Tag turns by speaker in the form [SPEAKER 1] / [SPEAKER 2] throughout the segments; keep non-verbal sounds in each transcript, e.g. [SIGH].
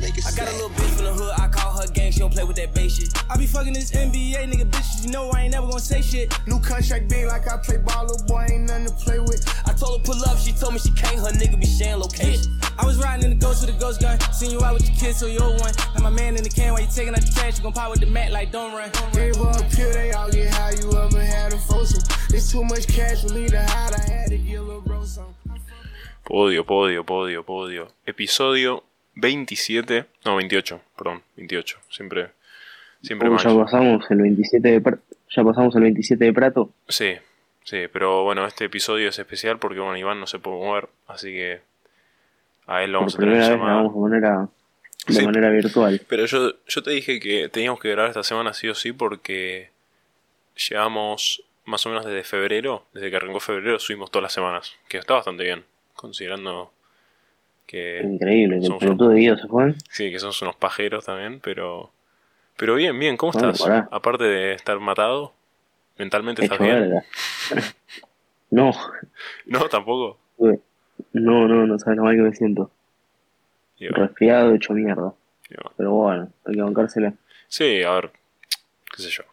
[SPEAKER 1] nigga
[SPEAKER 2] I got a
[SPEAKER 1] said.
[SPEAKER 2] little bitch from the hood, I call her gang, she don't play with that bait shit. I be fucking this NBA nigga bitches, you know I ain't never gonna say shit.
[SPEAKER 3] New contract big like I play ball, little boy ain't nothing to play with.
[SPEAKER 2] I told her pull up, she told me she can't, her nigga be sharing location. I was riding in the ghost with a ghost gun, seen you out with your kids, so you old one. And my man in the can while you taking out the trash, you gon' pop with the mat like don't run.
[SPEAKER 3] Everywhere up here, they all get high. You ever had a foursome? It's too much cash for me to hide. I had to give little bro some.
[SPEAKER 4] Podio, podio, podio, podio. Episodio 27. No, 28, perdón, 28. Siempre. Siempre
[SPEAKER 5] Uy,
[SPEAKER 4] mal.
[SPEAKER 5] ya pasamos el 27 de Pra- ya pasamos el 27 de Prato.
[SPEAKER 4] Sí, sí, pero bueno, este episodio es especial porque bueno, Iván no se puede mover, así que a él lo
[SPEAKER 5] Por
[SPEAKER 4] vamos a tener
[SPEAKER 5] primera
[SPEAKER 4] que
[SPEAKER 5] vez la
[SPEAKER 4] llamar.
[SPEAKER 5] vamos a poner a- de
[SPEAKER 4] Sí.
[SPEAKER 5] manera virtual.
[SPEAKER 4] Pero yo, yo te dije que teníamos que grabar esta semana sí o sí porque llevamos más o menos desde febrero, desde que arrancó febrero, subimos todas las semanas, que está bastante bien, considerando que...
[SPEAKER 5] Uh. Increíble, que el
[SPEAKER 4] Eh, somos
[SPEAKER 5] pelotudo de Guido se fue.
[SPEAKER 4] Sí, que somos unos pajeros también, pero... Pero bien, bien, ¿cómo
[SPEAKER 5] Bueno,
[SPEAKER 4] estás?
[SPEAKER 5] pará.
[SPEAKER 4] Aparte de estar matado, mentalmente estás
[SPEAKER 5] Hecho
[SPEAKER 4] bien.
[SPEAKER 5] verga. No,
[SPEAKER 4] [LAUGHS] No, tampoco.
[SPEAKER 5] uy, no, no, no sabes lo mal que me siento.
[SPEAKER 4] Digo,
[SPEAKER 5] Resfriado, hecho mierda.
[SPEAKER 4] digo,
[SPEAKER 5] Pero bueno, hay que bancársela.
[SPEAKER 4] Sí, a ver, qué sé yo.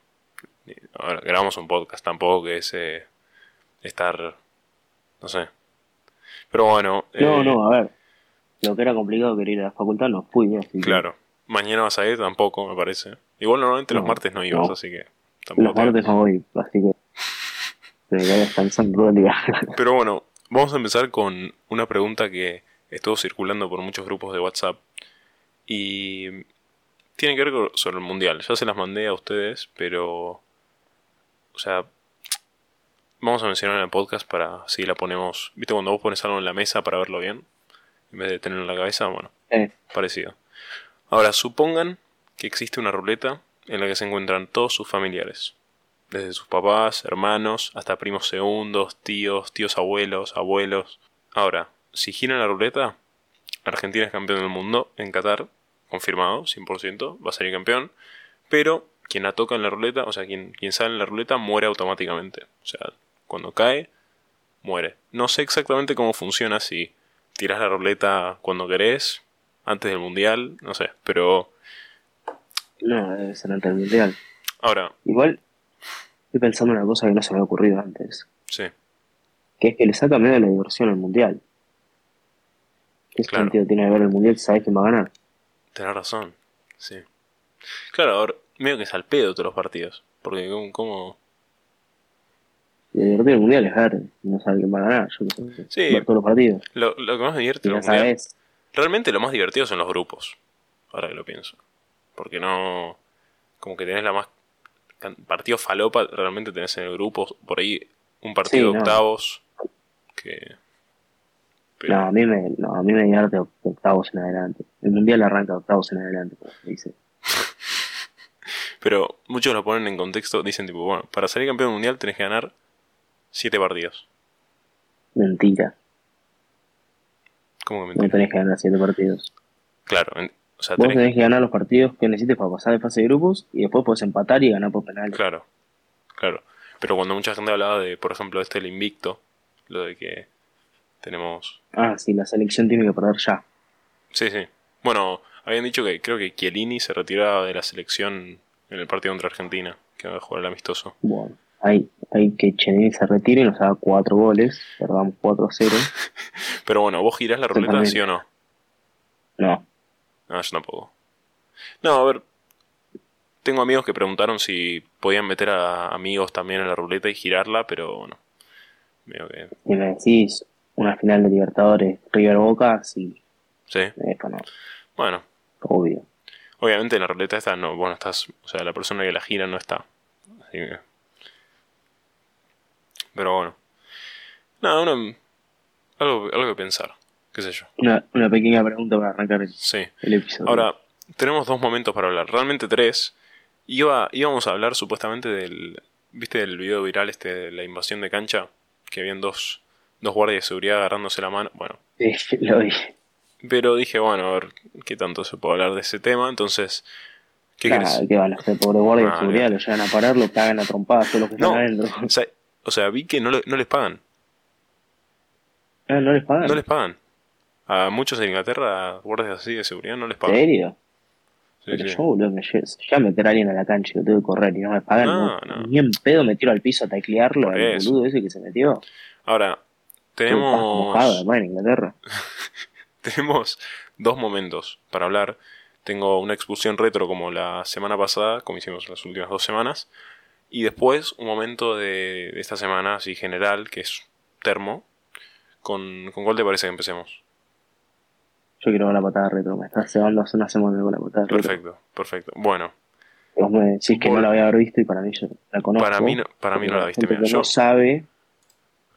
[SPEAKER 4] A ver, grabamos un podcast, tampoco que es eh, estar, no sé. Pero bueno,
[SPEAKER 5] No,
[SPEAKER 4] eh,
[SPEAKER 5] no, a ver. Lo que era complicado que era ir a la facultad no fui, eh, así que
[SPEAKER 4] claro. Mañana vas a ir, tampoco, me parece. Igual normalmente los
[SPEAKER 5] No,
[SPEAKER 4] martes no ibas,
[SPEAKER 5] no.
[SPEAKER 4] así que tampoco.
[SPEAKER 5] los
[SPEAKER 4] te-
[SPEAKER 5] martes no voy, así que me voy a descansar todo el día. [LAUGHS]
[SPEAKER 4] [LAUGHS] Pero bueno, vamos a empezar con una pregunta que estuvo circulando por muchos grupos de WhatsApp y tiene que ver con- sobre el mundial. Ya se las mandé a ustedes, pero o sea, vamos a mencionar en el podcast para si la ponemos, ¿viste cuando vos pones algo en la mesa para verlo bien en vez de tenerlo en la cabeza? Bueno,
[SPEAKER 5] Eh,
[SPEAKER 4] parecido. Ahora, supongan que existe una ruleta en la que se encuentran todos sus familiares. Desde sus papás, hermanos, hasta primos segundos, tíos, tíos abuelos, abuelos. Ahora, si giran la ruleta, Argentina es campeón del mundo en Qatar, confirmado, 100%, va a salir campeón. Pero quien la toca en la ruleta, o sea, quien, quien sale en la ruleta, muere automáticamente. O sea, cuando cae, muere. No sé exactamente cómo funciona si tirás la ruleta cuando querés, antes del mundial, no sé, pero
[SPEAKER 5] no, debe ser antes del mundial.
[SPEAKER 4] ahora,
[SPEAKER 5] Igual, estoy pensando en una cosa que no se me ha ocurrido antes.
[SPEAKER 4] sí,
[SPEAKER 5] Que es que le saca medio de la diversión al mundial. ¿Qué
[SPEAKER 4] Claro.
[SPEAKER 5] sentido tiene de ver el mundial si sabes quién va a ganar?
[SPEAKER 4] tenés razón, sí. Claro, ahora, medio que es al pedo todos los partidos, porque como,
[SPEAKER 5] Y el divertido del mundial es ver, no saber quién va a ganar. Yo qué sé,
[SPEAKER 4] Sí.
[SPEAKER 5] ver todos los partidos.
[SPEAKER 4] lo, lo que más me divierte
[SPEAKER 5] Y
[SPEAKER 4] en el
[SPEAKER 5] ya
[SPEAKER 4] mundial-
[SPEAKER 5] sabes.
[SPEAKER 4] realmente lo más divertido son los grupos, ahora que lo pienso, porque no, como que tenés la más, can- partido falopa, realmente tenés en el grupo, por ahí, un partido
[SPEAKER 5] Sí,
[SPEAKER 4] de
[SPEAKER 5] no.
[SPEAKER 4] octavos, que...
[SPEAKER 5] No, a mí me, no, a mí me divierte octavos en adelante. El mundial arranca octavos en adelante, como se dice.
[SPEAKER 4] Pero muchos lo ponen en contexto, dicen tipo, bueno, para salir campeón mundial tenés que ganar 7 partidos.
[SPEAKER 5] Mentira.
[SPEAKER 4] ¿Cómo que mentira?
[SPEAKER 5] No tenés que ganar siete partidos.
[SPEAKER 4] Claro, en- o sea,
[SPEAKER 5] Vos
[SPEAKER 4] tenés-
[SPEAKER 5] tenés que ganar los partidos que necesites para pasar de fase de grupos y después podés empatar y ganar por penales.
[SPEAKER 4] claro, claro. Pero cuando mucha gente hablaba de, por ejemplo, este el invicto, lo de que tenemos...
[SPEAKER 5] Ah, sí, la selección tiene que perder ya.
[SPEAKER 4] Sí, sí. Bueno, habían dicho que creo que Chiellini se retiraba de la selección en el partido contra Argentina, que va a jugar el amistoso.
[SPEAKER 5] Bueno, hay, hay que Cheney se retire y nos haga cuatro goles. Perdamos 4 a 0.
[SPEAKER 4] Pero bueno, ¿vos girás la ruleta,
[SPEAKER 5] también.
[SPEAKER 4] sí o no?
[SPEAKER 5] No.
[SPEAKER 4] No, yo tampoco. No, a ver. Tengo amigos que preguntaron si podían meter a amigos también en la ruleta y girarla, pero bueno. Veo que.
[SPEAKER 5] Si me decís una final de Libertadores River Boca, sí.
[SPEAKER 4] Sí.
[SPEAKER 5] Esto no.
[SPEAKER 4] Bueno,
[SPEAKER 5] Obvio.
[SPEAKER 4] obviamente en la ruleta esta no. Bueno, estás. O sea, la persona que la gira no está. Así que. Pero bueno. Nada, una- Algo, algo que pensar. ¿Qué sé yo?
[SPEAKER 5] Una, una pequeña pregunta para arrancar el,
[SPEAKER 4] Sí.
[SPEAKER 5] el episodio.
[SPEAKER 4] Ahora, tenemos dos momentos para hablar, realmente tres. Iba, íbamos a hablar supuestamente del. ¿Viste el video viral este de la invasión de cancha? Que habían dos, dos guardias de seguridad agarrándose la mano. Bueno,
[SPEAKER 5] [LAUGHS] Sí, lo dije.
[SPEAKER 4] pero dije, bueno, a ver, ¿qué tanto se puede hablar de ese tema? Entonces, ¿qué
[SPEAKER 5] Nada,
[SPEAKER 4] querés?
[SPEAKER 5] ¿Qué van a hacer? Pobre guardia
[SPEAKER 4] Ah,
[SPEAKER 5] de seguridad, lo llegan a parar, lo cagan a trompadas, todos los que
[SPEAKER 4] No,
[SPEAKER 5] están adentro.
[SPEAKER 4] o sea, o sea, vi que no, le- no les pagan.
[SPEAKER 5] Ah, no les pagan.
[SPEAKER 4] No les pagan. A muchos en Inglaterra, guardias así de seguridad no les
[SPEAKER 5] ¿En
[SPEAKER 4] pagan.
[SPEAKER 5] serio?
[SPEAKER 4] Sí,
[SPEAKER 5] Pero
[SPEAKER 4] sí.
[SPEAKER 5] yo, boludo, me lle- ya meter a alguien a la cancha y lo tengo que correr y no me pagan.
[SPEAKER 4] No,
[SPEAKER 5] no-
[SPEAKER 4] no.
[SPEAKER 5] Ni en pedo me tiro al piso a taclearlo
[SPEAKER 4] Por
[SPEAKER 5] al
[SPEAKER 4] eso.
[SPEAKER 5] boludo ese que se metió.
[SPEAKER 4] Ahora,
[SPEAKER 5] Tengo mojado,
[SPEAKER 4] tenemos,
[SPEAKER 5] además, en Inglaterra.
[SPEAKER 4] [LAUGHS] tenemos dos momentos para hablar. Tengo una expulsión retro como la semana pasada, como hicimos las últimas dos semanas. Y después un momento de, de esta semana, así general, que es termo. ¿Con, ¿Con cuál te parece que empecemos?
[SPEAKER 5] Yo quiero ver la patada retro. Me está cebando hace una semana con la patada retro.
[SPEAKER 4] Perfecto, perfecto. Bueno,
[SPEAKER 5] Vos me decís que no la voy a haber visto y para mí yo la conozco.
[SPEAKER 4] para mí no, para mí no la viste.
[SPEAKER 5] Gente
[SPEAKER 4] Mira,
[SPEAKER 5] que
[SPEAKER 4] yo,
[SPEAKER 5] no sabe,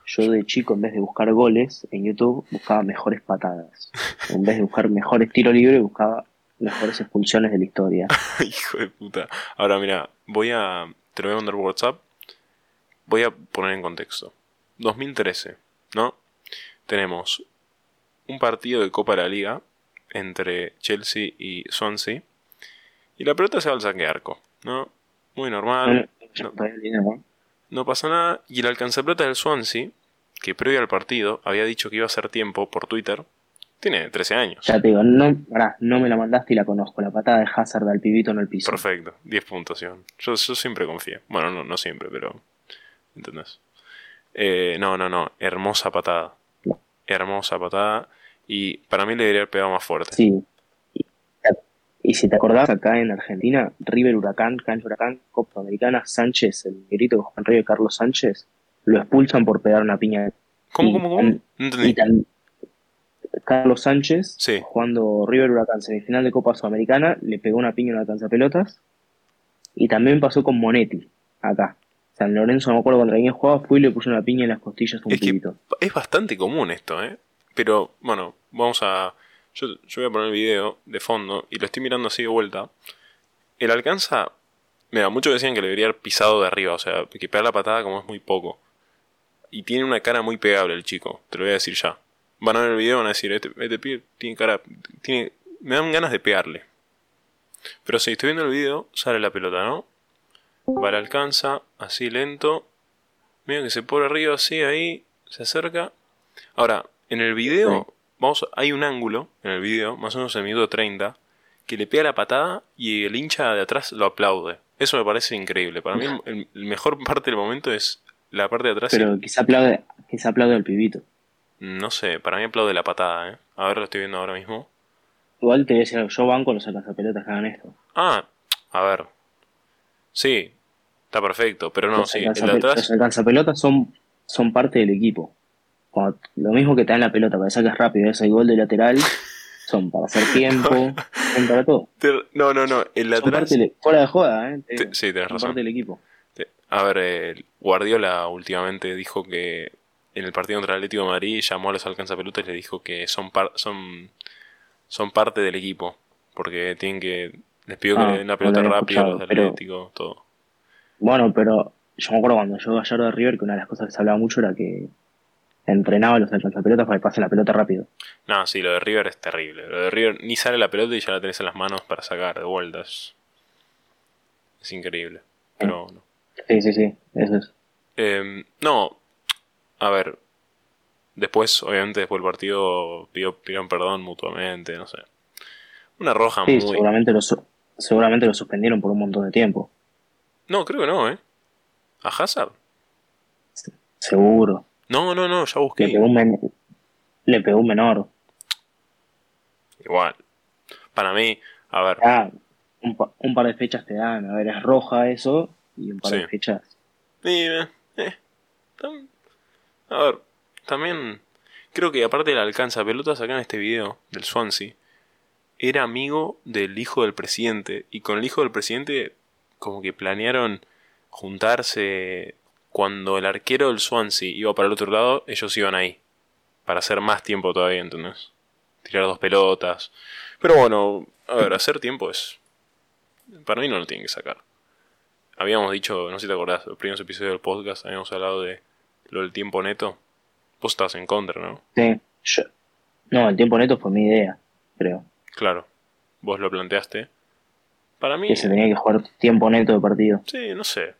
[SPEAKER 5] yo de chico en vez de buscar goles en YouTube buscaba mejores patadas. En vez de buscar mejores tiros libres buscaba mejores expulsiones de la historia.
[SPEAKER 4] [LAUGHS] Hijo de puta. Ahora mira, voy a. Te lo voy a mandar por WhatsApp. Voy a poner en contexto. 2013, ¿no? Tenemos un partido de Copa de la Liga entre Chelsea y Swansea. Y la pelota se va al saque de arco, ¿no? Muy normal, Ah, no.
[SPEAKER 5] Todavía ni idea, ¿no?
[SPEAKER 4] no pasa nada. Y el alcanzaplata del Swansea, que previo al partido había dicho que iba a hacer tiempo por Twitter, tiene 13 años.
[SPEAKER 5] Ya te digo, no, pará, no me la mandaste y la conozco. La patada de Hazard al pibito en el piso.
[SPEAKER 4] Perfecto, 10 puntos, Iván. Yo, yo siempre confío. Bueno, no, no siempre, pero. ¿Entendés? Eh, no, no, no. Hermosa patada. Hermosa patada. Y para mí le debería haber pegado más fuerte.
[SPEAKER 5] Sí. Y, y si te acordás, acá en Argentina, River Huracán, Cancha Huracán, Copa Americana, Sánchez, el grito que Juan Río y Carlos Sánchez, lo expulsan por pegar una piña.
[SPEAKER 4] ¿Cómo,
[SPEAKER 5] y
[SPEAKER 4] cómo, cómo?
[SPEAKER 5] tan-
[SPEAKER 4] No entendí.
[SPEAKER 5] Y tan- Carlos Sánchez,
[SPEAKER 4] Sí.
[SPEAKER 5] jugando River Huracán, semifinal de Copa Sudamericana, le pegó una piña en la canzapelotas. Y también pasó con Monetti, acá. San Lorenzo, no me acuerdo contra quién jugaba, fue y le puso una piña en las costillas a un
[SPEAKER 4] Es que-
[SPEAKER 5] pibito.
[SPEAKER 4] Es bastante común esto, ¿eh? Pero bueno, vamos a. Yo, yo voy a poner el video de fondo y lo estoy mirando así de vuelta. El alcanza. Mira, muchos decían que le debería haber pisado de arriba, o sea, que pegar la patada como es muy poco. Y tiene una cara muy pegable el chico, te lo voy a decir ya. Van a ver el video y van a decir, este, este pibe tiene cara. Tiene, me dan ganas de pegarle. Pero si estoy viendo el video, sale la pelota, ¿no? Vale, alcanza, así lento. Mira que se pone arriba así, ahí, se acerca. Ahora, en el video, vamos, hay un ángulo en el video, más o menos en el minuto 30, que le pega la patada y el hincha de atrás lo aplaude. Eso me parece increíble. Para mí, el, el mejor parte del momento es la parte de atrás. y-
[SPEAKER 5] Pero quizá aplaude, quizá aplaude al pibito.
[SPEAKER 4] No sé, para mí aplaude la patada, ¿eh? A ver, lo estoy viendo ahora mismo.
[SPEAKER 5] Igual te voy a decir algo, yo banco los alcanzapelotas que hagan esto.
[SPEAKER 4] Ah, a ver. Sí, está perfecto, pero no,
[SPEAKER 5] los,
[SPEAKER 4] sí, el de
[SPEAKER 5] alcanzape- los
[SPEAKER 4] atrás.
[SPEAKER 5] alcanzapelotas son, son parte del equipo. Cuando- lo mismo que te dan la pelota para que saques rápido ese gol de lateral, son
[SPEAKER 4] [LAUGHS]
[SPEAKER 5] para hacer tiempo, son para todo.
[SPEAKER 4] Ter- No, no, no, el de
[SPEAKER 5] Son
[SPEAKER 4] atrás.
[SPEAKER 5] parte del- fuera de joda, ¿eh? Te
[SPEAKER 4] Te-
[SPEAKER 5] digo,
[SPEAKER 4] Sí, tenés
[SPEAKER 5] son
[SPEAKER 4] razón.
[SPEAKER 5] parte del equipo.
[SPEAKER 4] Te- A ver, el Guardiola últimamente dijo que en el partido contra el Atlético de Madrid llamó a los alcanzapelotas y le dijo que son, par- son, son parte del equipo. Porque tienen que. Les pidió que
[SPEAKER 5] Ah,
[SPEAKER 4] le den la
[SPEAKER 5] no lo
[SPEAKER 4] pelota
[SPEAKER 5] había
[SPEAKER 4] rápido a los del
[SPEAKER 5] escuchado, pero-
[SPEAKER 4] Atlético, todo.
[SPEAKER 5] Bueno, pero yo me acuerdo cuando yo Gallardo de River que una de las cosas que se hablaba mucho era que entrenaba a los alcanzapelotas para que pasen la pelota rápido.
[SPEAKER 4] No, sí, lo de River es terrible. Lo de River ni sale la pelota y ya la tenés en las manos para sacar de vueltas. Es increíble. Pero no.
[SPEAKER 5] Sí, sí, sí, eso es.
[SPEAKER 4] Eh, no, a ver. Después, obviamente, después del partido pidió, pidieron perdón mutuamente, no sé. Una roja
[SPEAKER 5] Sí,
[SPEAKER 4] Ah, muy.
[SPEAKER 5] seguramente lo, su- seguramente lo suspendieron por un montón de tiempo.
[SPEAKER 4] No, creo que no, ¿eh? ¿A Hazard?
[SPEAKER 5] Seguro.
[SPEAKER 4] No, no, no, ya
[SPEAKER 5] Le
[SPEAKER 4] busqué.
[SPEAKER 5] pegó, un men- le pegó un menor.
[SPEAKER 4] Igual. Para mí, a ver.
[SPEAKER 5] Ah, un, pa- un par de fechas te dan. A ver, es roja eso y un par
[SPEAKER 4] Sí.
[SPEAKER 5] de fechas.
[SPEAKER 4] Dime. eh, tam- a ver, también creo que aparte del alcanza pelotas acá en este video del Swansea, era amigo del hijo del presidente y con el hijo del presidente como que planearon juntarse cuando el arquero del Swansea iba para el otro lado, ellos iban ahí para hacer más tiempo todavía, ¿entendés? Tirar dos pelotas. Pero bueno, a ver, hacer tiempo es para mí no lo tienen que sacar habíamos dicho, no sé si te acordás, los primeros episodios del podcast habíamos hablado de lo del tiempo neto. Vos estás en contra, ¿no?
[SPEAKER 5] Sí. Yo- no, el tiempo neto fue mi idea, creo.
[SPEAKER 4] Claro, vos lo planteaste. Para mí,
[SPEAKER 5] Que se tenía que jugar tiempo neto de partido.
[SPEAKER 4] sí, no sé.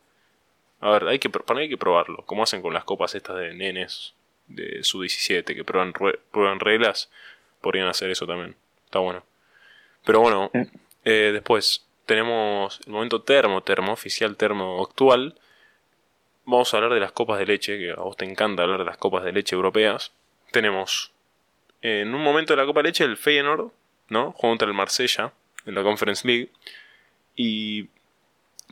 [SPEAKER 4] A ver, hay que, pro- para mí hay que probarlo, como hacen con las copas estas de nenes de su 17 que prueban, rue- prueban reglas. podrían hacer eso también. Está bueno. Pero bueno,
[SPEAKER 5] Sí.
[SPEAKER 4] eh, después tenemos el momento termo, termo, oficial termo actual. Vamos a hablar de las copas de leche, que a vos te encanta hablar de las copas de leche europeas. Tenemos eh, en un momento de la Copa de Leche el Feyenoord, ¿no? Jugó contra el Marsella en la Conference League. Y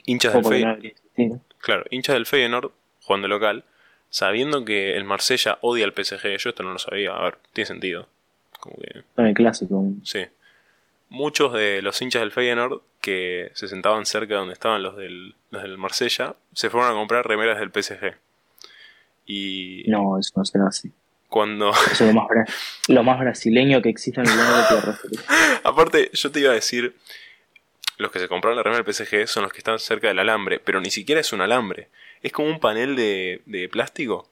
[SPEAKER 4] hinchas del,
[SPEAKER 5] Porque
[SPEAKER 4] Fey-
[SPEAKER 5] no habría existido.
[SPEAKER 4] Claro, hinchas del Feyenoord, jugando local, sabiendo que el Marsella odia al PSG, yo esto no lo sabía, a ver, tiene sentido. Como que,
[SPEAKER 5] Con el clásico.
[SPEAKER 4] sí. Muchos de los hinchas del Feyenoord que se sentaban cerca de donde estaban los del, los del Marsella, se fueron a comprar remeras del PSG. Y
[SPEAKER 5] No, eso no se hace.
[SPEAKER 4] cuando... [LAUGHS]
[SPEAKER 5] Eso es lo más, bra- lo más brasileño que existe en el mundo de tierra.
[SPEAKER 4] [LAUGHS] Aparte, yo te iba a decir, los que se compraron la remera del PSG son los que están cerca del alambre, pero ni siquiera es un alambre. Es como un panel de, de plástico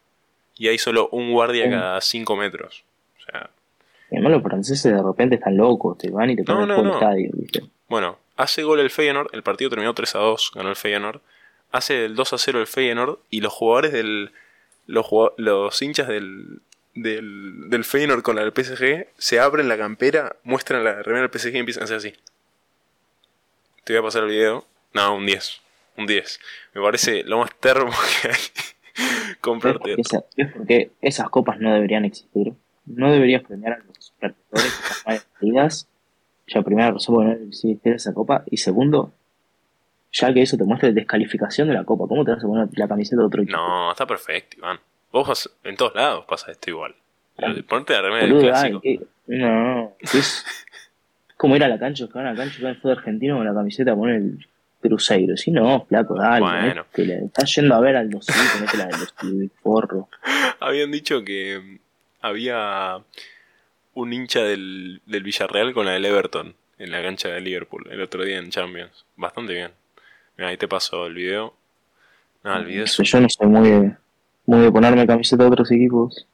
[SPEAKER 4] y hay solo un guardia
[SPEAKER 5] Sí.
[SPEAKER 4] cada 5 metros. O sea,
[SPEAKER 5] Y además los franceses de repente están locos, te van y te
[SPEAKER 4] No,
[SPEAKER 5] ponen
[SPEAKER 4] no,
[SPEAKER 5] por el
[SPEAKER 4] no.
[SPEAKER 5] estadio. ¿viste?
[SPEAKER 4] bueno, hace gol el Feyenoord, el partido terminó 3 a 2, ganó el Feyenoord. Hace el 2 a 0 el Feyenoord y los jugadores del. Los, jugado- los hinchas del, del, del Feyenoord con la del PSG se abren la campera, muestran la remera del PSG y empiezan a hacer así. Te voy a pasar el video. No, un 10. Un 10. Me parece lo más termo que hay. [LAUGHS]
[SPEAKER 5] ¿Ves
[SPEAKER 4] Comprar
[SPEAKER 5] por qué
[SPEAKER 4] termo.
[SPEAKER 5] esa- ves por qué esas copas no deberían existir? No deberías premiar a los perdedores con las malas partidas. Ya, primera razón por no debería existir esa copa. Y segundo, ya que eso te muestra descalificación de la copa, ¿cómo te vas a poner la camiseta de otro equipo?
[SPEAKER 4] No, está perfecto, Iván. Vos vas- en todos lados pasa esto igual. Ponerte la remera del
[SPEAKER 5] Boludo, ay,
[SPEAKER 4] clásico.
[SPEAKER 5] qué- no, es como ir a la cancha, que van a la cancha, que van fútbol argentino con la camiseta con el Cruzeiro. Si no, flaco, dale,
[SPEAKER 4] Bueno.
[SPEAKER 5] te la, estás yendo a ver al 2 ponete la del 2 porro.
[SPEAKER 4] Habían dicho que mm, había un hincha del, del Villarreal con la del Everton en la cancha de Liverpool el otro día en Champions. Bastante bien. Mirá, ahí te paso el video. No, el video es un,
[SPEAKER 5] Yo no soy muy de, muy de ponerme camiseta de otros equipos.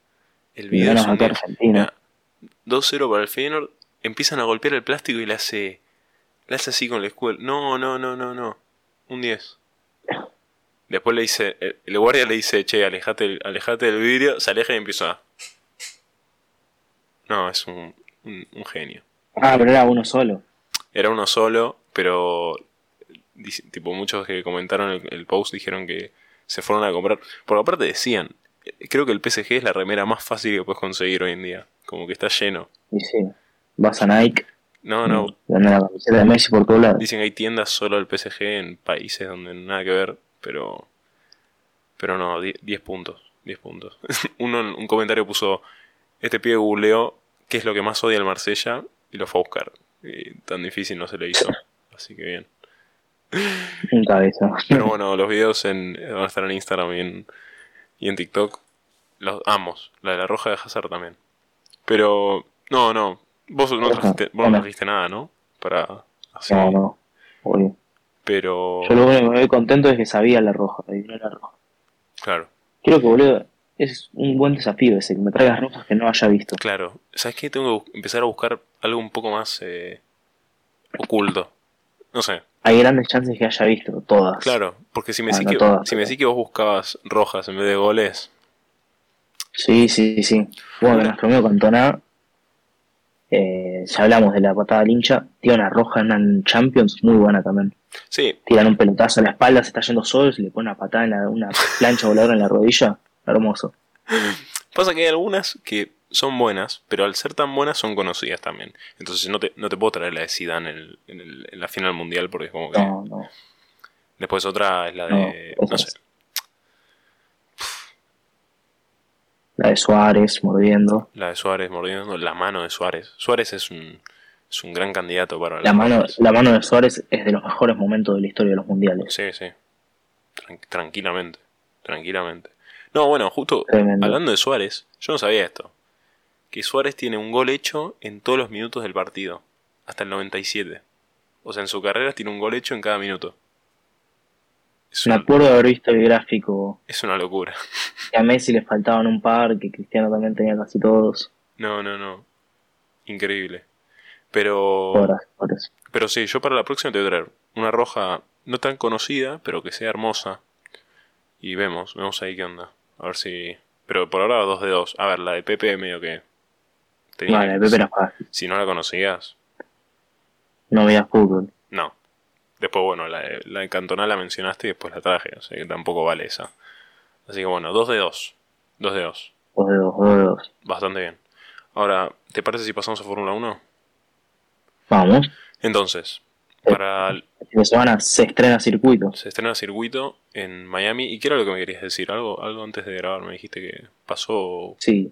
[SPEAKER 4] el
[SPEAKER 5] Y
[SPEAKER 4] video es
[SPEAKER 5] ganas
[SPEAKER 4] un
[SPEAKER 5] acá
[SPEAKER 4] diez.
[SPEAKER 5] Argentina.
[SPEAKER 4] Mirá, 2-0 para el Feyenoord. Empiezan a golpear el plástico y le hace, le hace así con la escuela. No, no, no, no, no. Un 10. Después le dice, el, el guardia le dice, che, alejate, alejate del vidrio, se aleja y empieza a... No, es un, un- un genio.
[SPEAKER 5] Ah, pero era uno solo.
[SPEAKER 4] Era uno solo, pero dice- tipo muchos que comentaron el, el post dijeron que se fueron a comprar. Por aparte decían, eh, creo que el PSG es la remera más fácil que puedes conseguir hoy en día. Como que está lleno.
[SPEAKER 5] Y sí, vas a Nike,
[SPEAKER 4] No, no,
[SPEAKER 5] ganas la camiseta de Messi por todos lados.
[SPEAKER 4] Dicen que hay tiendas solo del PSG en países donde nada que ver, pero. Pero no, die- 10 puntos. 10 puntos. [LAUGHS] Uno en un comentario puso: Este pibe googleó qué es lo que más odia el Marsella y lo fue a buscar. Y tan difícil no se le hizo. Así que bien.
[SPEAKER 5] En cabeza.
[SPEAKER 4] Pero bueno, los videos en, van a estar en Instagram y en, y en TikTok. Los amos. La de la roja de Hazard también. Pero. No, no. Vos no
[SPEAKER 5] Roja,
[SPEAKER 4] trajiste, vos no
[SPEAKER 5] hola.
[SPEAKER 4] trajiste nada, ¿no? Para. Así.
[SPEAKER 5] [LAUGHS] No, no. obvio.
[SPEAKER 4] Pero.
[SPEAKER 5] Yo lo único que me voy contento es que sabía la roja, adiviné la roja.
[SPEAKER 4] Claro.
[SPEAKER 5] Creo que, boludo, es un buen desafío ese, que me traigas rojas que no haya visto.
[SPEAKER 4] Claro, ¿sabes qué? Tengo que bu- empezar a buscar algo un poco más eh, oculto. No sé,
[SPEAKER 5] Hay grandes chances que haya visto, todas.
[SPEAKER 4] claro, porque si me
[SPEAKER 5] Ah,
[SPEAKER 4] decís
[SPEAKER 5] no
[SPEAKER 4] que,
[SPEAKER 5] todas,
[SPEAKER 4] si me
[SPEAKER 5] pero-
[SPEAKER 4] decís que vos buscabas rojas en vez de goles,
[SPEAKER 5] Sí, sí, sí. Bueno, que nuestro amigo Cantona, eh, ya hablamos de la patada al hincha, tiene una roja en un Champions muy buena también.
[SPEAKER 4] sí,
[SPEAKER 5] Tiran un pelotazo a la espalda, se está yendo solo, se le pone una patada en la- una plancha voladora en la rodilla. Hermoso.
[SPEAKER 4] pasa que hay algunas que son buenas, pero al ser tan buenas son conocidas también. Entonces no te, no te puedo traer la de Zidane en, el- en el- en la final mundial porque es como que...
[SPEAKER 5] No, no.
[SPEAKER 4] Después otra es la
[SPEAKER 5] No,
[SPEAKER 4] de... No,
[SPEAKER 5] esas.
[SPEAKER 4] sé,
[SPEAKER 5] La de Suárez mordiendo.
[SPEAKER 4] la de Suárez mordiendo la mano de Suárez. Suárez es un, es un gran candidato para
[SPEAKER 5] La
[SPEAKER 4] las
[SPEAKER 5] mano,
[SPEAKER 4] rojas.
[SPEAKER 5] la mano de Suárez es de los mejores momentos de la historia de los mundiales.
[SPEAKER 4] Sí, sí. Tran- tranquilamente. Tranquilamente. No, bueno, justo
[SPEAKER 5] Tremendo.
[SPEAKER 4] hablando de Suárez, yo no sabía esto. Que Suárez tiene un gol hecho en todos los minutos del partido. Hasta el 97. O sea, en su carrera tiene un gol hecho en cada minuto. Es
[SPEAKER 5] Me
[SPEAKER 4] una,
[SPEAKER 5] acuerdo de haber visto el gráfico
[SPEAKER 4] es una locura. [LAUGHS]
[SPEAKER 5] que a Messi le faltaban un par, que Cristiano también tenía casi todos.
[SPEAKER 4] No, no, no. Increíble. Pero...
[SPEAKER 5] Horas, horas.
[SPEAKER 4] Pero sí, yo para la próxima te voy a traer una roja no tan conocida, pero que sea hermosa. Y vemos, vemos ahí qué onda. A ver si. Pero por ahora dos de dos. A ver, la de Pepe medio que. Tenía-
[SPEAKER 5] No, la de Pepe era fácil.
[SPEAKER 4] Si no la conocías,
[SPEAKER 5] No veía fútbol.
[SPEAKER 4] no. Después, bueno, la, de- la de Cantona la mencionaste y después la traje, así que tampoco vale esa. Así que bueno, dos de dos. Dos de dos.
[SPEAKER 5] Dos de dos, dos de dos.
[SPEAKER 4] Bastante bien. Ahora, ¿te parece si pasamos a Fórmula 1?
[SPEAKER 5] Vamos.
[SPEAKER 4] Entonces, para
[SPEAKER 5] Este fin de semana se estrena circuito.
[SPEAKER 4] se estrena circuito en Miami. ¿Y qué era lo que me querías decir? Algo, algo antes de grabar me dijiste que pasó.
[SPEAKER 5] Sí.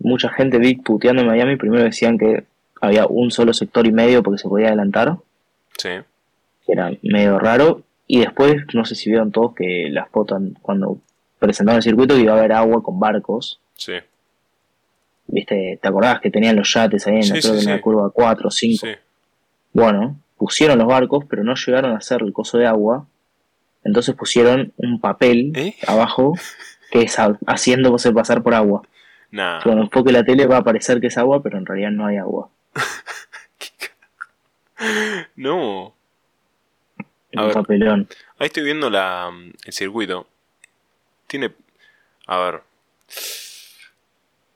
[SPEAKER 5] Mucha gente vi puteando en Miami. Primero decían que había un solo sector y medio porque se podía adelantar.
[SPEAKER 4] Sí,
[SPEAKER 5] que era medio raro. Y después, no sé si vieron todos que las fotos cuando presentaron el circuito que iba a haber agua con barcos.
[SPEAKER 4] sí,
[SPEAKER 5] ¿Viste? ¿Te acordabas que tenían los yates ahí en,
[SPEAKER 4] Sí,
[SPEAKER 5] creo
[SPEAKER 4] sí,
[SPEAKER 5] que en la
[SPEAKER 4] sí.
[SPEAKER 5] curva 4 o 5?
[SPEAKER 4] sí.
[SPEAKER 5] Bueno, pusieron los barcos, pero no llegaron a hacer el coso de agua. Entonces pusieron un papel
[SPEAKER 4] ¿Eh?
[SPEAKER 5] abajo que es a- haciéndose pasar por agua.
[SPEAKER 4] Nah,
[SPEAKER 5] Cuando enfoque la tele va a parecer que es agua, pero en realidad no hay agua.
[SPEAKER 4] no.
[SPEAKER 5] Es
[SPEAKER 4] A
[SPEAKER 5] un
[SPEAKER 4] ver.
[SPEAKER 5] papelón.
[SPEAKER 4] Ahí estoy viendo la, el circuito. Tiene. A ver.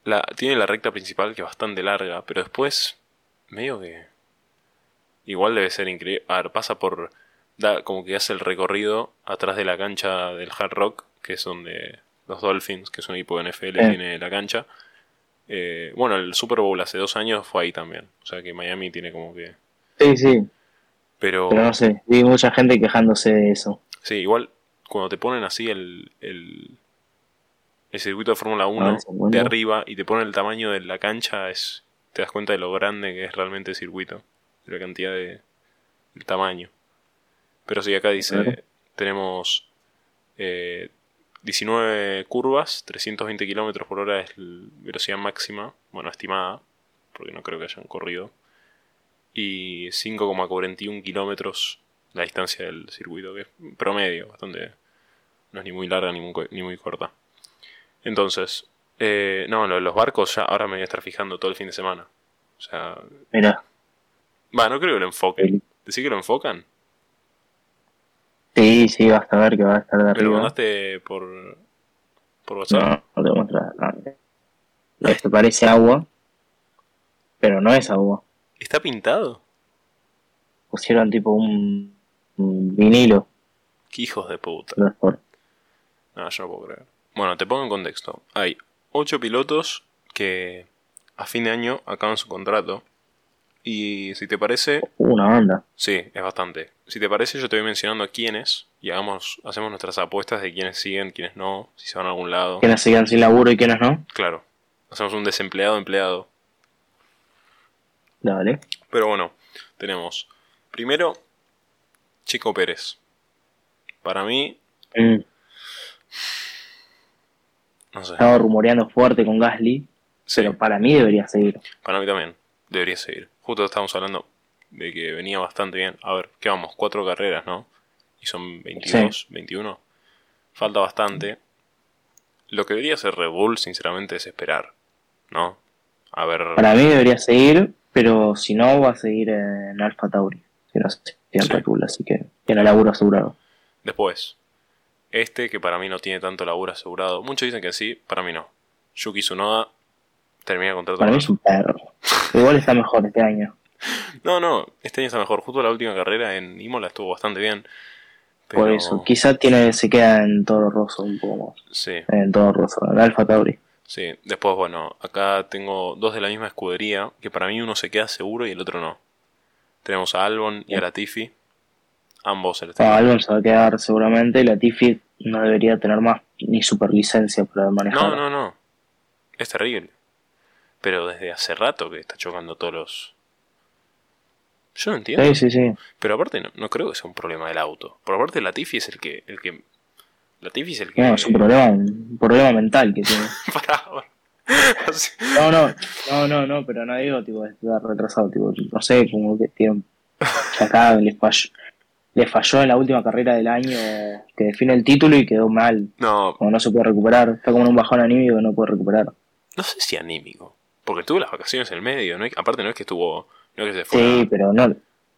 [SPEAKER 4] La, tiene la recta principal que es bastante larga, pero después. Medio que. Igual debe ser increíble. A ver, pasa por. Da, como que hace el recorrido atrás de la cancha del Hard Rock, que es donde los Dolphins, que es un equipo de NFL,
[SPEAKER 5] Eh.
[SPEAKER 4] tiene la cancha. Eh, bueno, el Super Bowl hace dos años fue ahí también. O sea que Miami tiene como que.
[SPEAKER 5] Sí, sí,
[SPEAKER 4] Pero.
[SPEAKER 5] pero no sé. Vi mucha gente quejándose de eso.
[SPEAKER 4] Sí, igual cuando te ponen así el, el, el circuito de Fórmula
[SPEAKER 5] A
[SPEAKER 4] 1
[SPEAKER 5] ver, segundo.
[SPEAKER 4] de arriba y te ponen el tamaño de la cancha, es, te das cuenta de lo grande que es realmente el circuito, de la cantidad de el tamaño. Pero sí, acá dice,
[SPEAKER 5] Claro.
[SPEAKER 4] tenemos eh, 19 curvas, 320 kilómetros por hora es la velocidad máxima, bueno, estimada, porque no creo que hayan corrido, y 5,41 kilómetros la distancia del circuito, que es promedio, bastante. No es ni muy larga ni muy, co- ni muy corta. Entonces, eh, no, lo de los barcos ya ahora me voy a estar fijando todo el fin de semana. O sea,
[SPEAKER 5] Mira,
[SPEAKER 4] va, no creo que lo enfoquen. Decí que lo enfocan,
[SPEAKER 5] sí, sí, vas a ver que va a estar de
[SPEAKER 4] pero lo
[SPEAKER 5] arriba.
[SPEAKER 4] mandaste eh? por, por WhatsApp.
[SPEAKER 5] No, no te muestra. no. Esto parece agua, pero no es agua.
[SPEAKER 4] ¿Está pintado?
[SPEAKER 5] Pusieron tipo un, un vinilo.
[SPEAKER 4] ¡Qué hijos de puta!
[SPEAKER 5] pero por-
[SPEAKER 4] No, yo no puedo creer. Bueno, te pongo en contexto. Hay ocho pilotos que a fin de año acaban su contrato. Y si te parece,
[SPEAKER 5] Una banda.
[SPEAKER 4] Sí, es bastante. Si te parece, yo te voy mencionando a quiénes y hagamos, hacemos nuestras apuestas de quiénes siguen, quiénes no, si se van a algún lado.
[SPEAKER 5] Quienes se quedan sin laburo y quienes no.
[SPEAKER 4] Claro, hacemos un desempleado empleado.
[SPEAKER 5] Dale.
[SPEAKER 4] Pero bueno, tenemos primero Chico Pérez. Para mí,
[SPEAKER 5] Mm,
[SPEAKER 4] no sé,
[SPEAKER 5] Estaba rumoreando fuerte con Gasly,
[SPEAKER 4] sí,
[SPEAKER 5] pero para mí debería seguir.
[SPEAKER 4] para mí también debería seguir. Justo estábamos hablando de que venía bastante bien. A ver, ¿qué vamos? Cuatro carreras, ¿no? Y son 22, 21. Falta bastante. Lo que debería hacer Red Bull, sinceramente, es esperar, ¿no? A ver.
[SPEAKER 5] Para mí debería seguir, pero si no, va a seguir en Alfa Tauri. Si no, se queda en
[SPEAKER 4] Sí.
[SPEAKER 5] Red Bull, así que tiene laburo asegurado.
[SPEAKER 4] Después, este que para mí no tiene tanto laburo asegurado. Muchos dicen que sí, para mí no. Yuki Tsunoda termina contrato.
[SPEAKER 5] Para mí
[SPEAKER 4] con-
[SPEAKER 5] es un perro. Igual está mejor este año.
[SPEAKER 4] No, no, este año está mejor. Justo la última carrera en Imola estuvo bastante bien. Pero...
[SPEAKER 5] Por eso, quizá tiene, se queda en Toro Rosso un poco más.
[SPEAKER 4] Sí,
[SPEAKER 5] En Toro Rosso, en Alfa Tauri.
[SPEAKER 4] sí. Después, bueno, acá tengo dos de la misma escudería que para mí uno se queda seguro y el otro no. Tenemos a Albon y a Latifi. Ambos se les
[SPEAKER 5] No, Albon se va a quedar seguramente. La Tiffy no debería tener más ni superlicencia para manejar.
[SPEAKER 4] No, no, no. Es terrible. Pero desde hace rato que está chocando todos los. Yo no entiendo.
[SPEAKER 5] Sí, sí, sí.
[SPEAKER 4] Pero aparte no, no creo que sea un problema del auto. Por aparte Latifi es el que. el que. Latifi es el que. [LAUGHS]
[SPEAKER 5] No, es un problema, un problema mental que tiene.
[SPEAKER 4] Pará, ahora. Así-
[SPEAKER 5] No, no, no, no, no, pero no digo, tipo, de estar retrasado, tipo, no sé, como
[SPEAKER 4] [LAUGHS]
[SPEAKER 5] que tiene. ya acá le falló, le falló en la última carrera del año que define el título y quedó mal.
[SPEAKER 4] No,
[SPEAKER 5] Como no se puede recuperar, está como en un bajón anímico que no puede recuperar.
[SPEAKER 4] no sé si anímico. Porque tuvo las vacaciones en el medio. No es- aparte no es que estuvo. No es que se fue.
[SPEAKER 5] Sí,
[SPEAKER 4] a-
[SPEAKER 5] pero no,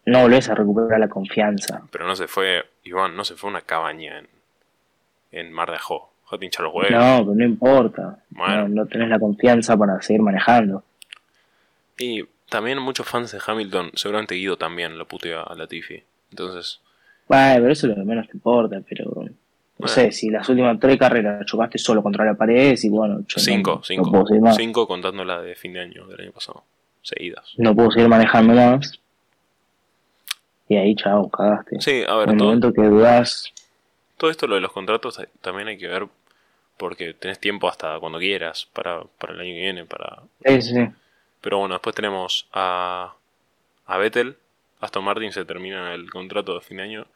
[SPEAKER 5] no volvés a recuperar la confianza.
[SPEAKER 4] Pero no se fue. Iván, no se fue a una cabaña en. En Mar de Ajó. Dejá de hinchar los huevos.
[SPEAKER 5] No, pero no importa.
[SPEAKER 4] Bueno.
[SPEAKER 5] No, no tenés la confianza para seguir manejando.
[SPEAKER 4] Y también muchos fans de Hamilton, seguramente Guido también lo putea a Latifi. Entonces,
[SPEAKER 5] Bueno, pero eso es lo que menos te importa, pero. No
[SPEAKER 4] Bueno.
[SPEAKER 5] sé, si las últimas tres carreras chocaste solo contra la pared, y bueno, yo no-
[SPEAKER 4] cinco,
[SPEAKER 5] no,
[SPEAKER 4] cinco.
[SPEAKER 5] puedo seguir más.
[SPEAKER 4] cinco contando la de fin de año del año pasado. Seguidas.
[SPEAKER 5] No puedo seguir manejando más. Y ahí, chao, cagaste.
[SPEAKER 4] Sí, a
[SPEAKER 5] en
[SPEAKER 4] ver,
[SPEAKER 5] el
[SPEAKER 4] todo,
[SPEAKER 5] momento que dudás,
[SPEAKER 4] todo esto, lo de los contratos, ta- también hay que ver porque tenés tiempo hasta cuando quieras, para, para el año que viene, para...
[SPEAKER 5] sí, sí, sí.
[SPEAKER 4] Pero bueno, después tenemos a, a Vettel, Aston Martin se termina el contrato de fin de año.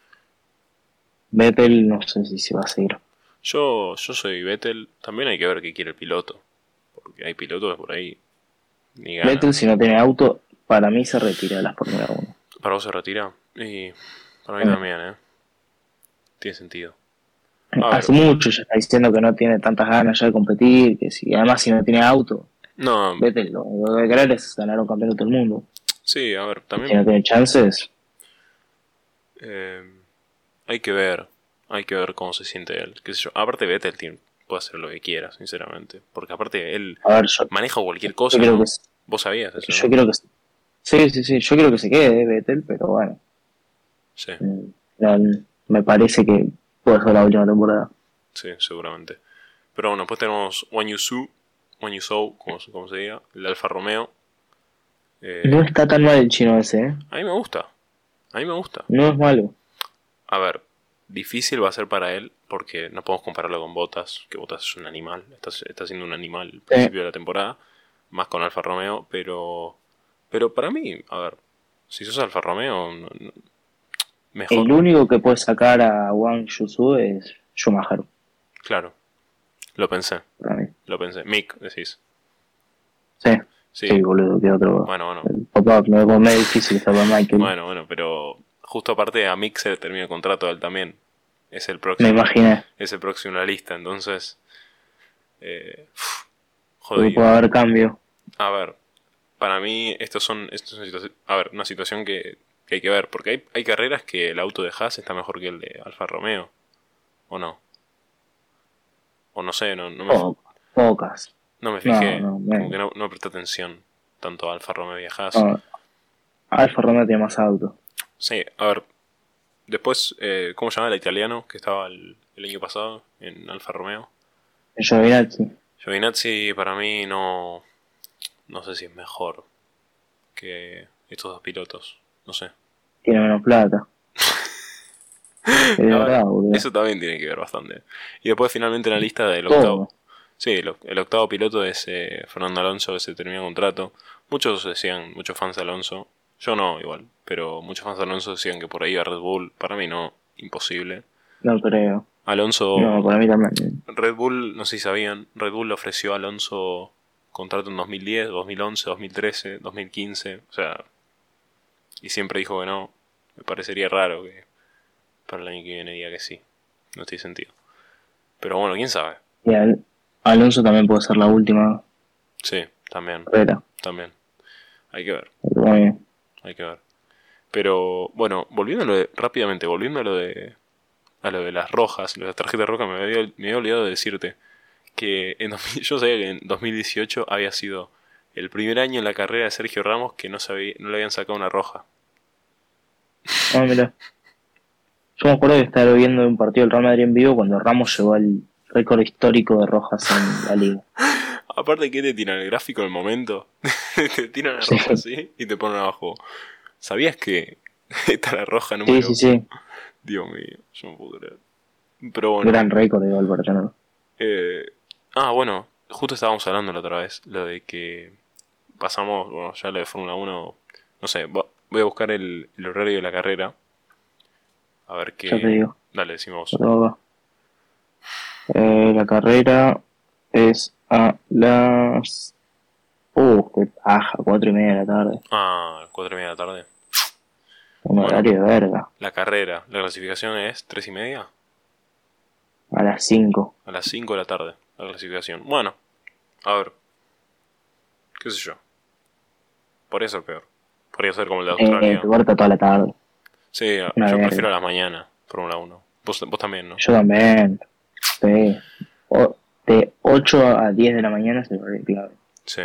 [SPEAKER 5] Vettel no sé si se va a seguir.
[SPEAKER 4] Yo, yo soy Vettel, también hay que ver qué quiere el piloto, porque hay pilotos por ahí, ni ganan.
[SPEAKER 5] Vettel, si no tiene auto, para mí se retira de las Fórmula 1.
[SPEAKER 4] Para vos se retira. Y para mí
[SPEAKER 5] Bueno.
[SPEAKER 4] también, ¿eh? Tiene sentido. A ver.
[SPEAKER 5] Hace mucho ya está diciendo que no tiene tantas ganas ya de competir, que si además si no tiene auto,
[SPEAKER 4] No,
[SPEAKER 5] Vettel lo único que debe querer es ganar un campeonato del mundo.
[SPEAKER 4] sí, a ver,
[SPEAKER 5] Si no
[SPEAKER 4] también
[SPEAKER 5] tiene chances,
[SPEAKER 4] eh, hay que ver. Hay que ver cómo se siente él. Qué sé yo. Aparte, Vettel tiene- puede hacer lo que quiera, sinceramente. Porque aparte, él
[SPEAKER 5] a ver, yo,
[SPEAKER 4] maneja cualquier
[SPEAKER 5] yo
[SPEAKER 4] cosa.
[SPEAKER 5] creo
[SPEAKER 4] ¿no?
[SPEAKER 5] que, se-
[SPEAKER 4] Vos sabías eso.
[SPEAKER 5] yo
[SPEAKER 4] ¿no?
[SPEAKER 5] creo que se- sí, sí, sí, yo creo que se quede eh, Vettel, pero bueno,
[SPEAKER 4] Sí,
[SPEAKER 5] mm, no, me parece que puede ser la última temporada.
[SPEAKER 4] sí, seguramente. Pero bueno, después tenemos Wang Yusu, Wang Yuzhou, como, se- como se diga, el Alfa Romeo. Eh,
[SPEAKER 5] No está tan mal el chino ese, ¿eh?
[SPEAKER 4] a mí me gusta. A mí me gusta.
[SPEAKER 5] no es malo.
[SPEAKER 4] A ver, difícil va a ser para él porque no podemos compararlo con Botas, que Botas es un animal, está, está siendo un animal al principio de la temporada, más con Alfa Romeo, pero pero para mí, a ver, si sos Alfa Romeo, no- no- mejor,
[SPEAKER 5] El único que puede sacar a Wang Yusu es Schumacher,
[SPEAKER 4] claro, lo pensé,
[SPEAKER 5] para mí.
[SPEAKER 4] lo pensé, Mick, decís,
[SPEAKER 5] Sí,
[SPEAKER 4] sí,
[SPEAKER 5] sí, boludo, que otro.
[SPEAKER 4] bueno, bueno,
[SPEAKER 5] El pop-up me pone difícil está para Michael.
[SPEAKER 4] bueno, bueno, pero justo aparte a Mick se le termina el contrato a él también, es el
[SPEAKER 5] Me
[SPEAKER 4] próximo,
[SPEAKER 5] imaginé.
[SPEAKER 4] es el próximo en la lista, entonces, eh,
[SPEAKER 5] que
[SPEAKER 4] jodido.
[SPEAKER 5] puede haber cambio.
[SPEAKER 4] A ver, para mí estos son, esto es una situación, a ver, una situación que, que hay que ver, porque hay, hay carreras que el auto de Haas está mejor que el de Alfa Romeo, ¿o no? O no sé, no, no, me,
[SPEAKER 5] Po- pocas.
[SPEAKER 4] no me
[SPEAKER 5] No,
[SPEAKER 4] fijé,
[SPEAKER 5] no, no.
[SPEAKER 4] como que no, no presté atención tanto a Alfa Romeo y a Haas.
[SPEAKER 5] No. Ah. Alfa Romeo tiene más auto.
[SPEAKER 4] Sí, a ver, después, eh, ¿cómo se llama el italiano que estaba el, el año pasado en Alfa Romeo?
[SPEAKER 5] El Giovinazzi.
[SPEAKER 4] Giovinazzi para mí no, no sé si es mejor que estos dos pilotos, no sé.
[SPEAKER 5] tiene menos
[SPEAKER 4] [LAUGHS]
[SPEAKER 5] plata. Es
[SPEAKER 4] A ver,
[SPEAKER 5] verdad, boludo.
[SPEAKER 4] Eso también tiene que ver bastante. Y después finalmente en la lista del
[SPEAKER 5] Todo.
[SPEAKER 4] octavo. Sí, el, oc- el octavo piloto es eh, Fernando Alonso que se termina contrato. Muchos decían, muchos fans de Alonso. Yo no, igual. Pero muchos fans de Alonso decían que por ahí a Red Bull. Para mí no, imposible.
[SPEAKER 5] No creo.
[SPEAKER 4] Alonso,
[SPEAKER 5] No, para mí también.
[SPEAKER 4] Red Bull, no sé si sabían, Red Bull le ofreció a Alonso contrato en 2010, 2011, 2013, 2015. O sea, y siempre dijo que no. Me parecería raro que para el año que viene diga que sí. No tiene sentido. Pero bueno, quién sabe.
[SPEAKER 5] Y Al- Alonso también puede ser la última
[SPEAKER 4] Sí, también,
[SPEAKER 5] carrera.
[SPEAKER 4] también. Hay que ver,
[SPEAKER 5] Pero bueno,
[SPEAKER 4] hay que ver. Pero bueno, volviendo a lo de, rápidamente, volviendo a lo de a lo de las rojas, lo de las tarjetas rojas, me había, me había olvidado de decirte que en 2000 [LAUGHS] yo sabía que en 2018 había sido el primer año en la carrera de Sergio Ramos que no, sabía, no le habían sacado una roja.
[SPEAKER 5] Ah, mira. Yo me acuerdo de estar viendo un partido del Real Madrid en vivo cuando Ramos llegó al récord histórico de rojas en la liga.
[SPEAKER 4] Aparte que te tiran el gráfico en el momento, [LAUGHS] te tiran la roja así y te ponen abajo. ¿Sabías que [LAUGHS] esta es la roja número?
[SPEAKER 5] Sí, sí, sí.
[SPEAKER 4] Dios mío, yo no puedo creer. Pero bueno.
[SPEAKER 5] Gran récord igual para tener.
[SPEAKER 4] Eh, ah, bueno, justo estábamos hablando la otra vez, lo de que pasamos, bueno, ya lo de Fórmula 1, no sé, vo- voy a buscar el, el horario de la carrera. A ver qué...
[SPEAKER 5] Ya te digo.
[SPEAKER 4] Dale, decimos.
[SPEAKER 5] Yo tengo acá. Eh, la carrera es a las. Uh, qué paja, cuatro y media de la tarde.
[SPEAKER 4] Ah, a las 4 y media de la tarde.
[SPEAKER 5] Un
[SPEAKER 4] Bueno.
[SPEAKER 5] horario de verga.
[SPEAKER 4] La carrera, la clasificación es 3 y media,
[SPEAKER 5] A las cinco.
[SPEAKER 4] a las 5 de la tarde, la clasificación. Bueno, a ver. ¿Qué sé yo? Podría ser peor. Podría ser como el de
[SPEAKER 5] Eh,
[SPEAKER 4] Australia.
[SPEAKER 5] te corta toda la tarde.
[SPEAKER 4] Sí, yo
[SPEAKER 5] una verga.
[SPEAKER 4] prefiero a las mañanas, Fórmula 1. Vos, vos también, ¿no?
[SPEAKER 5] Yo también. Sí. O- de 8 a 10 de la mañana es el horario clave.
[SPEAKER 4] Sí.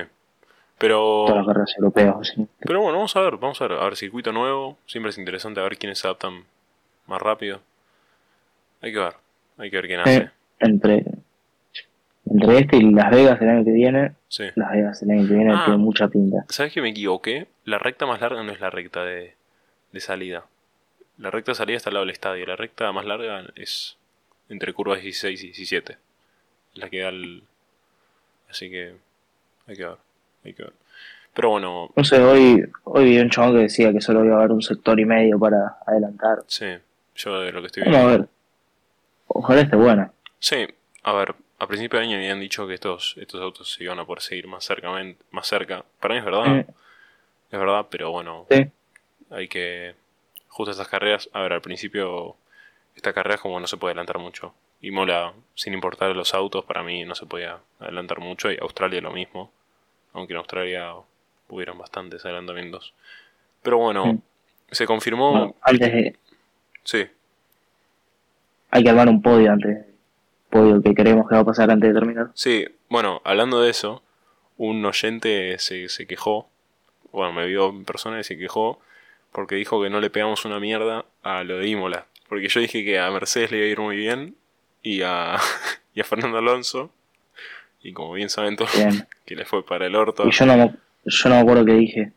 [SPEAKER 4] Pero,
[SPEAKER 5] todas las carreras europeas. o sea.
[SPEAKER 4] pero bueno, vamos a ver, vamos a ver. A ver, circuito nuevo, siempre es interesante a ver quiénes se adaptan más rápido. Hay que ver, hay que ver quién hace.
[SPEAKER 5] Eh, entre, entre este y Las Vegas del año que viene,
[SPEAKER 4] Sí.
[SPEAKER 5] Las Vegas del año que viene
[SPEAKER 4] Ah.
[SPEAKER 5] tiene mucha pinta.
[SPEAKER 4] ¿Sabes que me equivoqué? La recta más larga no es la recta de, de salida. La recta de salida está al lado del estadio. La recta más larga es entre curvas 16 y 17. La que da el... Así que hay que ver, hay que ver. Pero bueno,
[SPEAKER 5] No sé, hoy, hoy vi un chabón que decía que solo iba a haber un sector y medio para adelantar.
[SPEAKER 4] sí, yo de lo que estoy
[SPEAKER 5] Vamos a
[SPEAKER 4] viendo...
[SPEAKER 5] ver. Ojalá esté buena.
[SPEAKER 4] Sí, a ver, a principio de año habían dicho que estos, estos autos se iban a poder seguir más, cercamen- más cerca. Para mí es verdad,
[SPEAKER 5] Eh,
[SPEAKER 4] es verdad, pero bueno,
[SPEAKER 5] sí.
[SPEAKER 4] hay que justo estas carreras a ver al principio esta carrera es como no se puede adelantar mucho y mola sin importar los autos para mí no se podía adelantar mucho y Australia lo mismo aunque en Australia hubieron bastantes adelantamientos pero bueno
[SPEAKER 5] Mm.
[SPEAKER 4] se confirmó
[SPEAKER 5] Bueno, antes de-
[SPEAKER 4] sí
[SPEAKER 5] hay que armar un podio antes. Podio que creemos que va a pasar antes de terminar.
[SPEAKER 4] sí bueno hablando de eso un oyente se, se quejó bueno me vio en persona y se quejó porque dijo que no le pegamos una mierda a lo de Imola porque yo dije que a Mercedes le iba a ir muy bien y a, [LAUGHS] y a Fernando Alonso. Y como bien saben todos,
[SPEAKER 5] Bien.
[SPEAKER 4] que le fue para el orto.
[SPEAKER 5] Y yo no, me- yo no me acuerdo qué dije.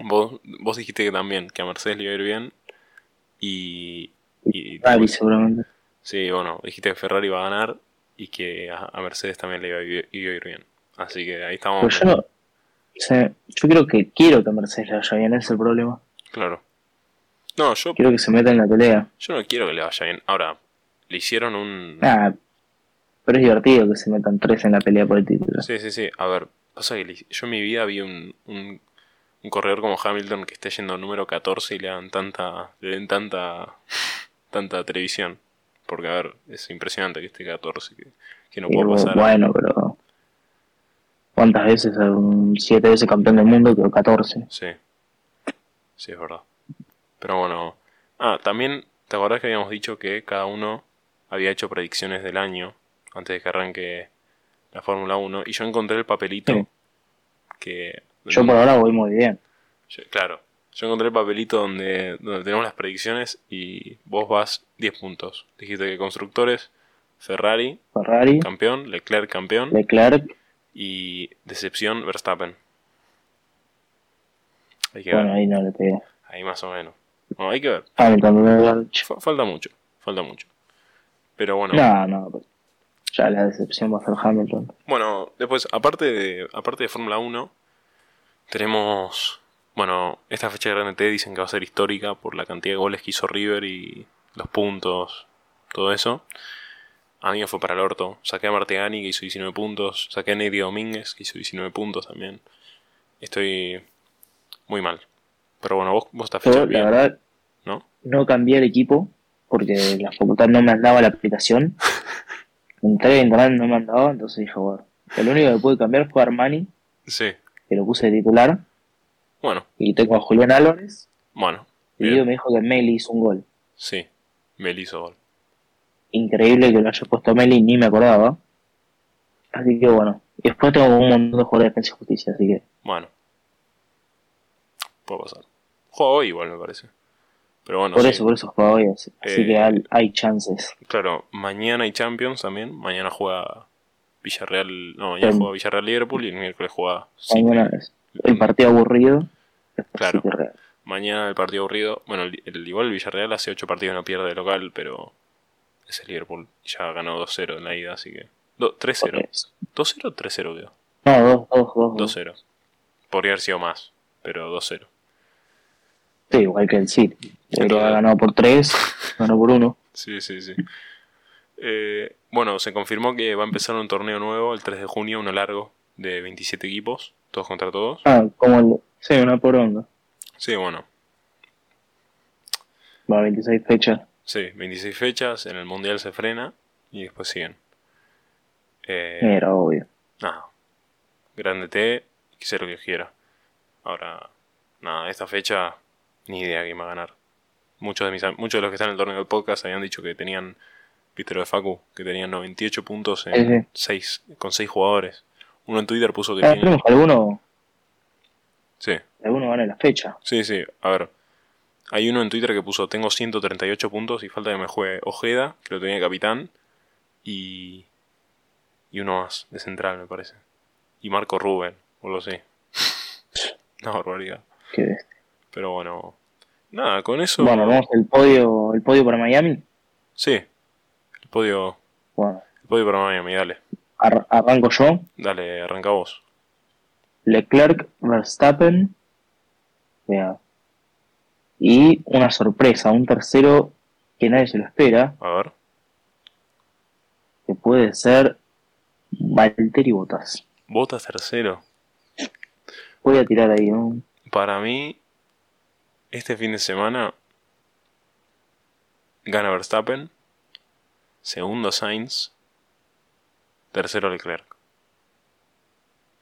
[SPEAKER 4] Vos, vos dijiste que también, que a Mercedes le iba a ir bien. Y. y-
[SPEAKER 5] Ferrari seguramente.
[SPEAKER 4] sí, bueno, dijiste que Ferrari iba a ganar y que a, a Mercedes también le iba a, ir- iba a ir bien. Así que ahí estamos.
[SPEAKER 5] Pero Pues yo no. sé, yo creo que quiero que Mercedes le vaya bien, ese es el problema.
[SPEAKER 4] Claro. No, yo,
[SPEAKER 5] Quiero que se meta en la pelea.
[SPEAKER 4] yo no quiero que le vaya bien. Ahora, le hicieron un.
[SPEAKER 5] Ah, pero es divertido que se metan tres en la pelea por el título.
[SPEAKER 4] Sí, sí, sí. A ver, pasa que le- yo en mi vida vi un, un, un corredor como Hamilton que está yendo al número 14 y le dan tanta, le den tanta, tanta televisión. Porque, a ver, es impresionante que esté 14, que, que no
[SPEAKER 5] Y
[SPEAKER 4] pueda
[SPEAKER 5] bu-
[SPEAKER 4] pasar.
[SPEAKER 5] bueno, pero. ¿Cuántas veces? a Un siete veces campeón del mundo, quedó 14.
[SPEAKER 4] Sí. Sí, es verdad. Pero bueno. Ah, también, ¿te acordás que habíamos dicho que cada uno había hecho predicciones del año antes de que arranque la Fórmula 1? Y yo encontré el papelito
[SPEAKER 5] Sí.
[SPEAKER 4] que...
[SPEAKER 5] Yo por ahora voy muy bien.
[SPEAKER 4] Yo- claro. Yo encontré el papelito donde, donde tenemos las predicciones y vos vas 10 puntos. Dijiste que constructores, Ferrari,
[SPEAKER 5] Ferrari,
[SPEAKER 4] campeón, Leclerc, campeón
[SPEAKER 5] Leclerc,
[SPEAKER 4] y decepción, Verstappen. Hay que
[SPEAKER 5] bueno,
[SPEAKER 4] ver,
[SPEAKER 5] ahí no le pegué.
[SPEAKER 4] ahí más o menos. Bueno, hay que ver,
[SPEAKER 5] Hamilton, Leclerc.
[SPEAKER 4] Fa- falta mucho, falta mucho. Pero bueno,
[SPEAKER 5] No, no, pero ya la decepción va a ser Hamilton.
[SPEAKER 4] bueno, después, aparte de, aparte de Fórmula 1, tenemos, bueno, esta fecha de Gran E T dicen que va a ser histórica por la cantidad de goles que hizo River y los puntos, todo eso. A mí me fue para el orto. Saqué a Martegani que hizo 19 puntos. Saqué a Neri Domínguez que hizo 19 puntos también. Estoy muy mal. Pero bueno, vos, vos estás
[SPEAKER 5] Yo,
[SPEAKER 4] fichado
[SPEAKER 5] la
[SPEAKER 4] bien,
[SPEAKER 5] verdad,
[SPEAKER 4] ¿no?
[SPEAKER 5] no cambié el equipo porque la facultad no me andaba
[SPEAKER 4] [LAUGHS]
[SPEAKER 5] la aplicación. Entré en internet, no me andaba, entonces dije, bueno. El único que pude cambiar fue Armani,
[SPEAKER 4] Sí.
[SPEAKER 5] que lo puse de titular.
[SPEAKER 4] Bueno,
[SPEAKER 5] Y tengo a Julián Álvarez.
[SPEAKER 4] bueno.
[SPEAKER 5] Y
[SPEAKER 4] bien.
[SPEAKER 5] Guido me dijo que Meli hizo un gol.
[SPEAKER 4] Sí, Mel hizo gol.
[SPEAKER 5] Increíble que lo haya puesto Meli, ni me acordaba. Así que bueno. Y después tengo un montón de jugadores de defensa y justicia, así que.
[SPEAKER 4] Bueno. Puede pasar. Juega hoy igual, me parece. Pero bueno,
[SPEAKER 5] por
[SPEAKER 4] sí.
[SPEAKER 5] eso, por eso jugaba hoy. Así, así
[SPEAKER 4] Eh.
[SPEAKER 5] que al- hay chances.
[SPEAKER 4] claro, mañana hay Champions también. Mañana juega Villarreal. No, mañana
[SPEAKER 5] Sí.
[SPEAKER 4] juega Villarreal Liverpool y el miércoles juega. City.
[SPEAKER 5] Em. Mañana es el partido aburrido. después
[SPEAKER 4] Claro.
[SPEAKER 5] City Real.
[SPEAKER 4] Mañana el partido aburrido. Bueno, el, el- igual el Villarreal hace 8 partidos no pierde de local, pero es el Liverpool. Ya ganó 2-0 en la ida, así que. do- 3-0.
[SPEAKER 5] Ok.
[SPEAKER 4] 2-0 o 3-0 quedó.
[SPEAKER 5] No, dos, dos, dos.
[SPEAKER 4] 2-0. Podría haber sido más, pero 2-0.
[SPEAKER 5] Sí, igual que el City.
[SPEAKER 4] Entonces-
[SPEAKER 5] Debería haber ganado por tres, ganó por uno.
[SPEAKER 4] Sí, sí, sí. Eh, bueno, se confirmó que va a empezar un torneo nuevo el 3 de junio, uno largo, de 27 equipos, todos contra todos.
[SPEAKER 5] Ah, como el. Sí, una poronga.
[SPEAKER 4] Sí, bueno,
[SPEAKER 5] Va, 26 fechas.
[SPEAKER 4] sí, 26 fechas, en el Mundial se frena y después siguen. Eh,
[SPEAKER 5] Era obvio.
[SPEAKER 4] nada, grande T, que sea lo que quiera. Ahora, nada, esta fecha, ni idea quién va a ganar. Muchos de, mis, am- muchos de los que están en el torneo del podcast habían dicho que tenían, viste lo de Facu, que tenían 98 puntos en
[SPEAKER 5] Sí, sí.
[SPEAKER 4] seis, con 6 jugadores. Uno en Twitter puso que
[SPEAKER 5] Ah,
[SPEAKER 4] tiene-
[SPEAKER 5] esperemos que alguno
[SPEAKER 4] Sí,
[SPEAKER 5] Algunos van en la fecha.
[SPEAKER 4] sí, sí. A ver. Hay uno en Twitter que puso, tengo 138 puntos y falta que me juegue Ojeda, que lo tenía de capitán, y... Y uno más, de central, me parece. Y Marco Rubén, o lo sé. [LAUGHS] Una barbaridad.
[SPEAKER 5] Que ves.
[SPEAKER 4] Pero bueno. Nada, con eso...
[SPEAKER 5] Bueno, vamos el podio, el podio para Miami.
[SPEAKER 4] Sí. El podio,
[SPEAKER 5] Bueno,
[SPEAKER 4] el podio para Miami, dale.
[SPEAKER 5] ar- arranco yo.
[SPEAKER 4] Dale, arranca vos.
[SPEAKER 5] Leclerc, Verstappen. Cuidado. Y una sorpresa, un tercero que nadie se lo espera,
[SPEAKER 4] A ver.
[SPEAKER 5] que puede ser Valtteri Bottas.
[SPEAKER 4] Botas tercero.
[SPEAKER 5] Voy a tirar ahí un
[SPEAKER 4] Para mí, este fin de semana gana Verstappen, segundo Sainz, tercero Leclerc.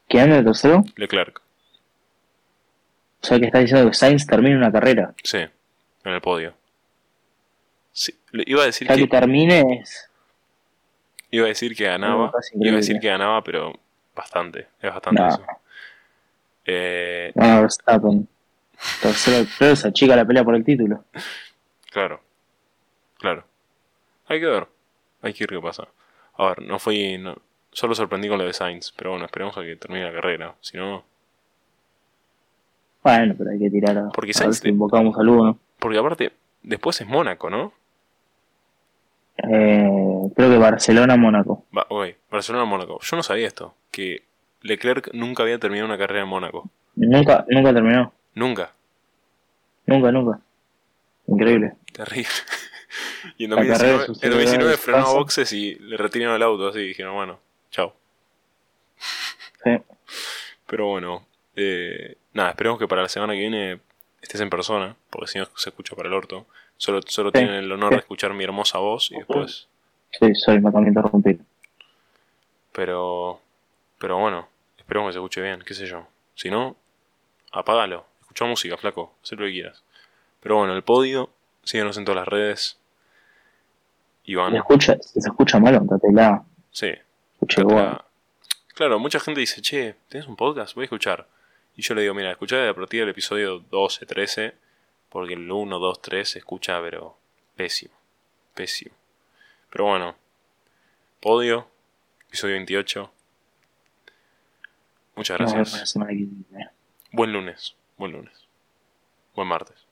[SPEAKER 5] ¿Qué anda el tercero?
[SPEAKER 4] Leclerc,
[SPEAKER 5] O sea que está diciendo que Sainz termine una carrera.
[SPEAKER 4] sí, en el podio. Sí, le- iba a decir
[SPEAKER 5] Ya que
[SPEAKER 4] que
[SPEAKER 5] termine es.
[SPEAKER 4] iba a decir que ganaba,
[SPEAKER 5] Casi
[SPEAKER 4] iba a decir
[SPEAKER 5] increíble.
[SPEAKER 4] que ganaba, pero bastante, es bastante
[SPEAKER 5] No.
[SPEAKER 4] eso. Eh,
[SPEAKER 5] Bueno, Verstappen. Tercero Leclerc, se achica la pelea por el título.
[SPEAKER 4] Claro, claro. Hay que ver, hay que ver qué pasa. A ver, no fui. No, solo sorprendí con lo de Sainz, pero bueno, esperemos a que termine la carrera. Si no.
[SPEAKER 5] Bueno, pero hay que tirar a,
[SPEAKER 4] Porque
[SPEAKER 5] a ver
[SPEAKER 4] Sainz
[SPEAKER 5] si
[SPEAKER 4] le-
[SPEAKER 5] invocamos al uno.
[SPEAKER 4] Porque aparte, después es Mónaco, ¿no?
[SPEAKER 5] Eh, creo que Barcelona-Mónaco.
[SPEAKER 4] Va, ok, Barcelona-Mónaco. Yo no sabía esto, que Leclerc nunca había terminado una carrera en Mónaco.
[SPEAKER 5] Nunca, nunca terminó.
[SPEAKER 4] Nunca.
[SPEAKER 5] Nunca, nunca. Increíble.
[SPEAKER 4] Terrible. [LAUGHS] y en
[SPEAKER 5] La carrera
[SPEAKER 4] 2019,
[SPEAKER 5] sucedió
[SPEAKER 4] en 2019
[SPEAKER 5] en
[SPEAKER 4] frenó a
[SPEAKER 5] España.
[SPEAKER 4] boxes y le retiraron el auto, así dijeron, bueno, chao.
[SPEAKER 5] Sí.
[SPEAKER 4] Pero bueno, eh, nada, esperemos que para la semana que viene estés en persona, porque si no se escucha para el orto. Solo, solo
[SPEAKER 5] Sí,
[SPEAKER 4] tienen el honor
[SPEAKER 5] sí.
[SPEAKER 4] de escuchar mi hermosa voz y después.
[SPEAKER 5] Sí, soy, me acabo de interrumpir.
[SPEAKER 4] Pero, pero bueno, esperemos que se escuche bien, qué sé yo. Si no, apágalo. Escucha música, flaco, haz lo que quieras. Pero bueno, el podio, síguenos en todas las redes.
[SPEAKER 5] Se
[SPEAKER 4] Iván,
[SPEAKER 5] escucha, si se escucha mal, la
[SPEAKER 4] sí.
[SPEAKER 5] Escuché bueno.
[SPEAKER 4] Otra- Claro, mucha gente dice, che, ¿tenés un podcast? Voy a escuchar. Y yo le digo, mira, escuchá a partir del episodio 12, 13, porque el 1, 2, 3 se escucha, pero pésimo. Pésimo. Pero bueno, podio, episodio 28. Muchas
[SPEAKER 5] Nos vemos la
[SPEAKER 4] gracias.
[SPEAKER 5] semana que viene.
[SPEAKER 4] Buen lunes, buen lunes. Buen martes.